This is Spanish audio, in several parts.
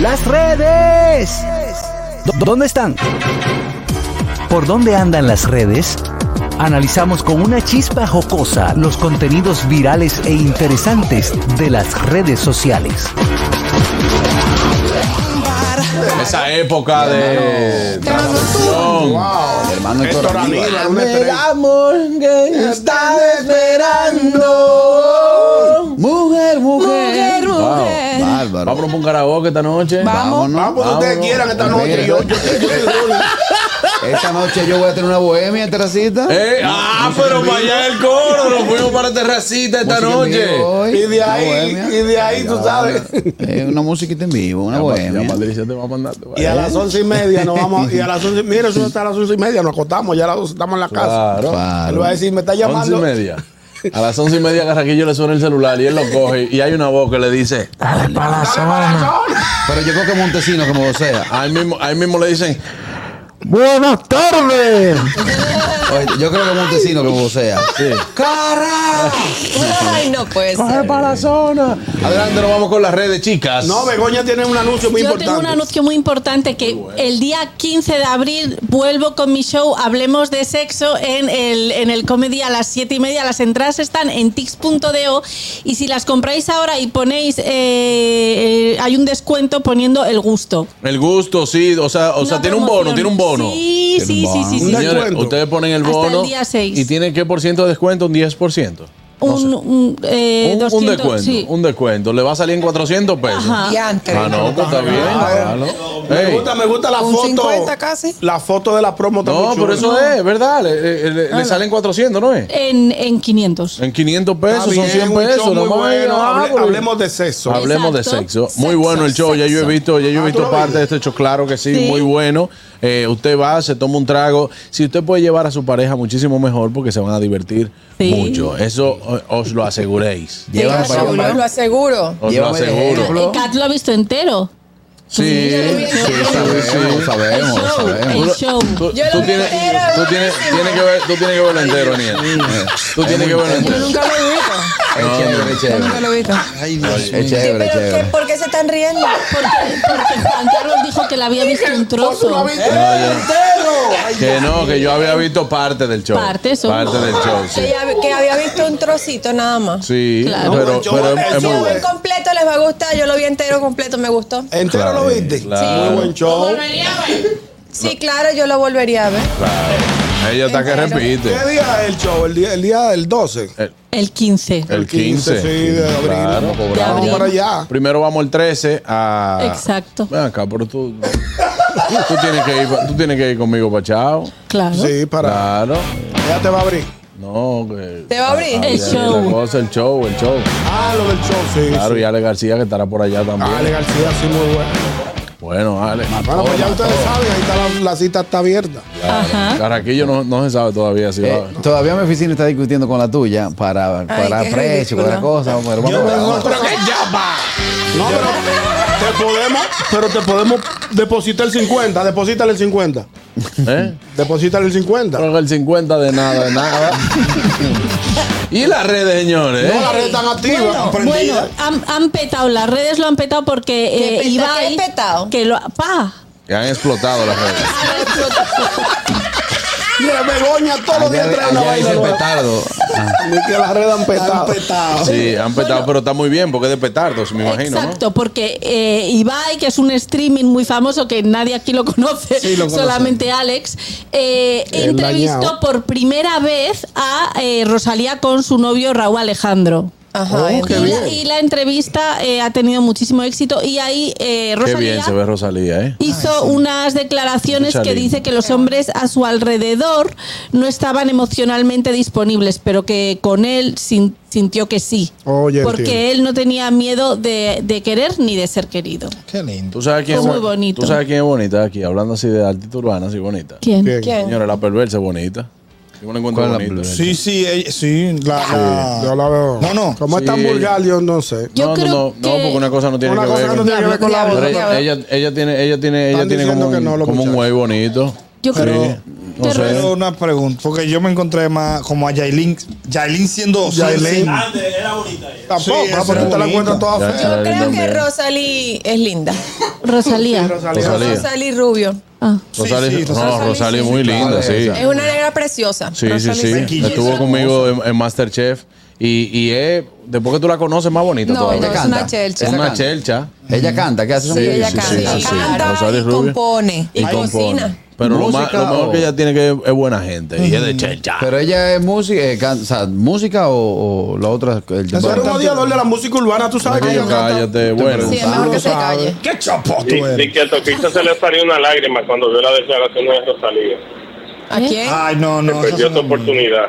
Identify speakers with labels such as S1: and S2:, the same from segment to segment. S1: Las redes. ¿Dónde están? ¿Por dónde andan las redes? Analizamos con una chispa jocosa los contenidos virales e interesantes de las redes sociales.
S2: Esa época de transmisión.
S3: Hermano Héctor
S2: Héctor
S3: Aníbal.
S2: Aníbal.
S3: El
S4: amor que estás esperando. Mujer,
S5: Mujer, mujer.
S3: Bárbaro.
S2: Vamos a proponer un karaoke esta noche.
S5: Vamos.
S3: Vámonos.
S2: Vamos,
S3: Vámonos.
S2: ustedes quieran esta
S3: Mira,
S2: noche, yo- yo-
S3: Esta noche yo voy a tener una bohemia, terracita.
S2: Eh, ah, pero para allá el coro, nos fuimos para terracita esta
S3: Música en
S2: noche.
S3: vivo hoy,
S4: Y de
S3: una
S4: ahí-
S2: eh,
S3: bohemia.
S4: y de ahí, tú
S3: Ya,
S4: sabes.
S3: eh, una musiquita en vivo, una bohemia.
S2: Ya, Patricia te va a mandar. Eh, te va a-
S4: Y a las once y media nos vamos. Y a las once, mira, eso está a las once y media, nos acostamos, ya a las doce estamos en la casa.
S2: Claro.
S4: Él va a decir, me está
S2: Once y
S4: llamando.
S2: media. A las once y media Carraquillo le suena el celular y él lo coge y hay una voz que le dice,
S3: Pero yo creo que Montesino, como sea.
S2: ahí mismo, ahí mismo le dicen,
S1: Buenas tardes.
S3: Oye, yo creo que Montesino, como sea.
S2: sí.
S5: Ay, no puede ser.
S2: para la zona. Adelante, nos vamos con las redes, chicas.
S4: No, Begoña tiene un anuncio muy
S5: Yo
S4: importante.
S5: tengo un anuncio muy importante que el día 15 de abril vuelvo con mi show Hablemos de Sexo en el, en el Comedy a las 7 y media. Las entradas están en tix.do y si las compráis ahora y ponéis, eh, eh, hay un descuento poniendo el gusto.
S2: El gusto, sí. O sea, o sea
S5: Una
S2: tiene un bono,
S5: promoción.
S2: tiene un bono.
S5: Sí,
S3: Tiene
S5: sí,
S3: un
S5: sí,
S3: bono.
S5: sí, sí.
S4: Un
S5: sí.
S2: Señores,
S4: descuento.
S2: ustedes ponen el
S5: Hasta el
S2: bono
S5: día seis.
S2: y tienen qué por ciento de descuento, un 10%. No sé.
S5: Un, un, eh,
S2: Un, un
S5: 200,
S2: descuento,
S5: sí.
S2: un descuento. Le va a salir en 400 pesos.
S5: Ajá.
S6: Diantre.
S2: Ah, no, pues está bien.
S3: Claro.
S4: Me
S2: Ey,
S4: gusta, me gusta la
S6: Un
S4: foto.
S6: 50 casi.
S4: La foto de la promo está
S2: no,
S4: muy
S2: pero
S4: chula.
S2: eso es, ¿verdad? Le, le- le- le salen 400, ¿no es?
S5: En, en 500.
S2: En 500
S4: Está
S2: pesos,
S4: bien,
S2: son 100
S4: un show
S2: pesos.
S4: muy
S2: nada más.
S4: bueno.
S2: Ah,
S4: Hable-
S2: pero-
S4: hablemos de sexo.
S2: Hablemos de
S5: Exacto.
S2: sexo. Muy bueno el show. Ya yo he
S5: Sexo,
S2: visto, ya yo he
S4: Ah, ¿tú
S2: visto
S4: lo
S2: parte
S4: viste?
S2: de este show. Claro que sí,
S5: Sí.
S2: muy bueno. Eh, usted va, se toma un trago. Si usted puede llevar a su pareja, muchísimo mejor porque se van a divertir
S5: Sí.
S2: mucho. Eso eh, os lo aseguréis.
S3: Llevan
S6: Yo
S3: para
S6: lo aseguro.
S2: Os lo
S3: Llévame de
S2: aseguro.
S3: ejemplo.
S5: Eh, Kat lo ha visto entero.
S2: Sí, sí,
S3: sabemos,
S2: sí.
S3: sabemos,
S5: el show,
S3: sabemos.
S5: el show.
S2: Tú,
S6: Yo lo
S2: tú
S6: vi
S2: tienes,
S6: entero,
S2: tú, tienes,
S6: buenísimo.
S2: tienes que ver, tú tienes que verlo entero, Aniel. Tú tienes que verlo
S6: Yo
S2: entero.
S6: nunca lo he visto.
S3: Es chévere, es
S6: Yo
S3: chévere.
S6: nunca lo he visto.
S3: Ay, Dios mío. Es
S6: Sí,
S3: chévere,
S6: pero
S3: es
S6: ¿qué-
S3: chévere.
S6: ¿por qué se están riendo?
S5: Porque, porque Juan Carlos dijo que la había visto un trozo.
S2: Que no, que yo había visto parte del show.
S5: Parte, eso.
S2: Parte del show, sí.
S6: Que, ya- que había visto un trocito nada más.
S2: Sí,
S5: Claro.
S2: pero,
S4: Yo-
S2: pero es,
S4: yo-
S2: es muy
S6: si lo
S2: bueno.
S6: ven completo les va a gustar. Yo lo vi entero completo, me gustó.
S4: ¿Entero
S2: Claro,
S4: lo viste?
S2: claro.
S4: Muy buen show.
S6: Sí, claro, yo lo volvería a ver.
S2: Ella está que repite.
S4: ¿Qué día es el show? El día, el día del 12.
S5: El 15.
S2: El 15.
S4: sí, de abril.
S2: Claro, cobramos.
S5: De
S4: Vamos
S5: abril.
S4: para allá.
S2: Primero vamos el 13 a.
S5: Exacto.
S2: Ven acá, pero tú. tú, tienes que ir, pa- tú tienes que ir conmigo para Chao.
S5: Claro.
S4: Sí, para.
S2: Claro.
S4: Ya te va a abrir.
S2: No, que.
S6: ¿Te va a abrir?
S5: El
S2: ya,
S5: show.
S2: la cosa, el show, el show.
S4: Ah, lo del show, sí.
S2: Claro,
S4: sí.
S2: y Ale García que estará por allá también.
S4: Ale García, sí, muy bueno.
S2: Bueno, Ale.
S4: Bueno, pues ya ustedes saben, ahí está la, la cita está abierta.
S5: Ajá.
S2: Carraquillo no, no se sabe todavía si
S3: Eh,
S2: va.
S3: todavía mi oficina está discutiendo con la tuya para, para
S6: qué
S3: precio, para
S6: ridículo.
S3: cosas. Pero vamos,
S4: Yo
S3: vamos.
S4: no, pero que ya va. No, pero te podemos, pero te podemos depositar el 50, deposítale el 50.
S2: ¿Eh?
S4: Deposítale el 50.
S2: Creo que el 50 de nada, de nada. y las redes, señores.
S4: No
S2: ¿eh?
S4: la red tan activa,
S5: Bueno,
S4: aprendida.
S5: han, han petado, las redes lo han petado porque
S6: ¿Qué
S5: eh,
S6: peta-
S5: Ibai.
S6: qué petado?
S5: Que lo. ¡Pa!
S2: Que han explotado las redes.
S4: Mira, Begoña todos los días
S3: Ayer-
S4: trae una
S3: ayer
S4: vaina
S3: hice
S4: nueva.
S3: petardo.
S4: Ni que la red han petado.
S5: Ah.
S2: Sí, han petado, pero está muy bien porque es de petardos, me imagino, ¿no?
S5: Exacto, porque eh, Ibai, que es un streaming muy famoso que nadie aquí lo conoce,
S4: Sí, lo conoce.
S5: solamente Alex, eh,
S4: El
S5: entrevistó
S4: dañado.
S5: por primera vez a eh, Rosalía con su novio Raúl Alejandro.
S6: Ajá.
S4: Oh,
S6: y-
S4: qué
S5: Y la,
S4: bien.
S5: y la entrevista eh, ha tenido muchísimo éxito y ahí eh,
S2: Qué
S5: Rosalía
S2: bien se ve Rosalía, ¿eh?
S5: hizo unas declaraciones
S2: Mucha
S5: que
S2: linda.
S5: dice que los hombres a su alrededor no estaban emocionalmente disponibles, pero que con él sin- sintió que sí.
S4: Oye,
S5: porque
S4: entiendo.
S5: él no tenía miedo de, de querer ni de ser querido.
S7: Qué lindo.
S2: ¿Tú sabes quién
S5: Fue
S2: es
S5: muy bonito.
S2: ¿Tú sabes quién es bonita aquí? Hablando así de artista urbana, así bonita.
S5: ¿Quién?
S4: Bien.
S6: ¿Quién?
S2: Señora, la perversa es bonita. Yo me la encuentro
S3: ¿Cuál es la
S2: bonita.
S3: perversa?
S7: Sí, sí, eh, sí. La, la-
S4: Yo la veo.
S7: No, no.
S4: Como es tan
S2: Sí.
S4: vulgar, yo no sé.
S5: Yo
S2: no,
S5: creo
S2: no, no,
S5: que-
S2: no, porque una cosa no tiene
S4: Una
S2: que
S4: cosa
S2: ver.
S4: que no tiene que ver con la
S6: Diablo,
S2: Pero
S4: otra.
S6: diablo.
S2: ella, ella tiene, ella tiene, ella
S4: Están
S2: tiene como
S4: diciendo que
S2: un,
S4: no, los
S2: como un
S4: muchachos.
S2: güey bonito.
S5: Yo creo.
S2: Sí. No
S5: pero-
S2: sé.
S7: Pero una pregunta, porque yo me encontré más como a Yailin, Yailin siendo
S4: Yailin. Ah,
S7: Yailin.
S4: Tampoco,
S7: Sí, esa
S4: pero tú te la
S7: bonita.
S4: encuentras toda
S2: Ya,
S4: fea.
S6: Yo creo que
S2: también.
S6: Rosalí es linda.
S5: Rosalía.
S2: Rosalía.
S6: Rosalí Rubio.
S5: Ah.
S2: Rosalía,
S7: sí,
S2: no,
S6: Rosalía,
S2: Rosalía
S6: sí,
S2: muy
S3: sí.
S2: linda,
S3: Vale,
S2: sí.
S3: esa.
S6: Es una negra preciosa.
S2: Sí, sí,
S6: Rosalí
S2: sí.
S6: Sánchez.
S7: Becky G.
S2: Estuvo conmigo en, en Masterchef y, y es, después que tú la conoces, más bonita
S6: No,
S2: todavía.
S6: no, es una chelcha.
S2: Es
S3: Esa
S2: una
S3: canta.
S2: chelcha.
S3: Ella canta, ¿qué hace?
S6: Sí, ella
S2: sí,
S6: canta.
S2: sí, sí, sí.
S6: Canta
S2: Rosario
S6: y
S2: Rubio.
S6: compone. Y, cocina.
S2: Pero lo, más,
S3: ¿Música
S2: lo mejor
S3: o-
S2: que ella tiene que es buena gente y es de chelcha.
S3: Pero ella es música, eh, can- o sea, música o, o la otra. El,
S4: Eso era un odiador de la música urbana, tú sabes que
S2: Ay,
S4: ella canta.
S2: cállate, bueno.
S6: Sí, es Ah, mejor que se
S4: Tú sabes.
S6: calle.
S4: ¿Qué chapo tú
S8: Di, di
S4: eres?
S8: que a Toquilla se le salió una lágrima cuando vio la declaración de Rosalía.
S6: ¿A quién?
S7: Ay, no,
S8: Se
S7: no. esas
S8: perdió
S7: son
S8: su oportunidad.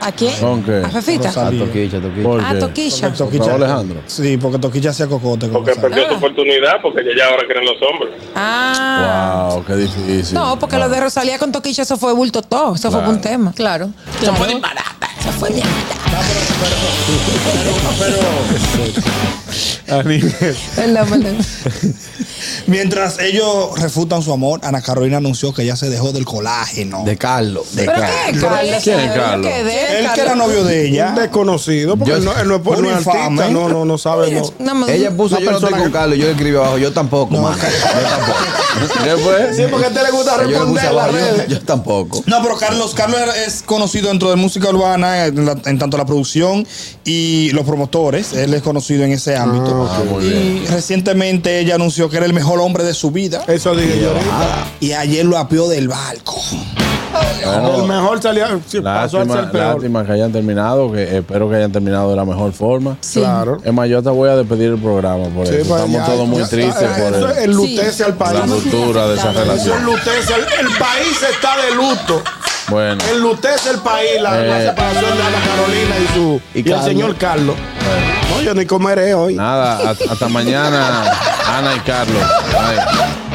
S6: ¿A quién?
S2: ¿Eh? ¿Con qué?
S6: ¿A Fefita?
S7: Rosalía.
S3: Toquilla, toquilla.
S2: ¿Por
S6: ¿A
S2: qué?
S6: Toquilla?
S2: Raúl Alejandro.
S7: Sí, porque Toquilla hacía cocote. con
S8: Porque
S7: Rosalía.
S8: perdió su
S6: Ah.
S8: oportunidad porque ella ya ahora creen los hombres.
S6: Ah.
S2: Wow, qué difícil.
S9: No, porque lo de Rosalía con Toquilla, eso fue bulto todo. Eso
S2: Claro.
S9: fue un tema.
S6: Claro.
S9: ¿Verdad, verdad?
S7: Mientras ellos refutan su amor, Ana Carolina anunció que ella se dejó del colágeno.
S3: De Carlos.
S7: De
S9: ¿Pero
S7: Carlos.
S9: qué, Carlos?
S2: ¿Quién es Carlos?
S9: ¿Qué de
S7: Él que
S9: Carlos?
S7: era novio de
S4: Un
S7: ella.
S4: desconocido, porque
S3: Yo-
S4: él no, él no es pues,
S7: un
S4: no es artista,
S7: infame.
S4: no, no, no sabe. No.
S9: Nada más.
S3: Ella puso
S4: Una
S3: yo no estoy
S4: persona
S3: con
S4: que-
S3: Carlos, yo le escribí abajo, yo tampoco, mano. Yo tampoco.
S2: ¿Qué fue?
S4: Sí, porque a usted le gusta
S3: yo le
S4: responder
S3: puse
S4: en las
S3: abajo, yo,
S4: redes.
S3: yo tampoco.
S7: No, pero Carlos, Carlos es conocido dentro de música urbana, en, la- en tanto la producción y los promotores. Él es conocido en ese ámbito.
S2: Ah, muy
S7: y
S2: bien. Eh.
S7: recientemente ella anunció que era el mejor hombre de su vida.
S4: Eso dije yo ahorita.
S7: Y ayer lo apió del barco.
S4: El mejor salió, sí, pasó a ser
S2: Lástima,
S4: el peor.
S2: lástima que hayan terminado, que espero que hayan terminado de la mejor forma.
S4: Claro.
S2: Es más, yo hasta voy a despedir el programa por
S4: Sí,
S2: eso.
S4: pues,
S2: Estamos
S4: ya-
S2: todos muy
S4: ya-
S2: tristes
S4: ah,
S2: por
S4: eso
S2: el-
S4: es el lutece al país.
S2: la ruptura de esa
S4: Eso es
S2: relación.
S4: lutece. El, el país está de luto.
S2: Bueno,
S4: El lutece el país, la, la
S2: Eh.
S4: separación de Ana Carolina y su
S3: Y
S4: y, el
S3: Carlos.
S4: señor Carlos. No, yo ni comeré hoy.
S2: nada, hasta hasta mañana, Ana y Carlos. Bye.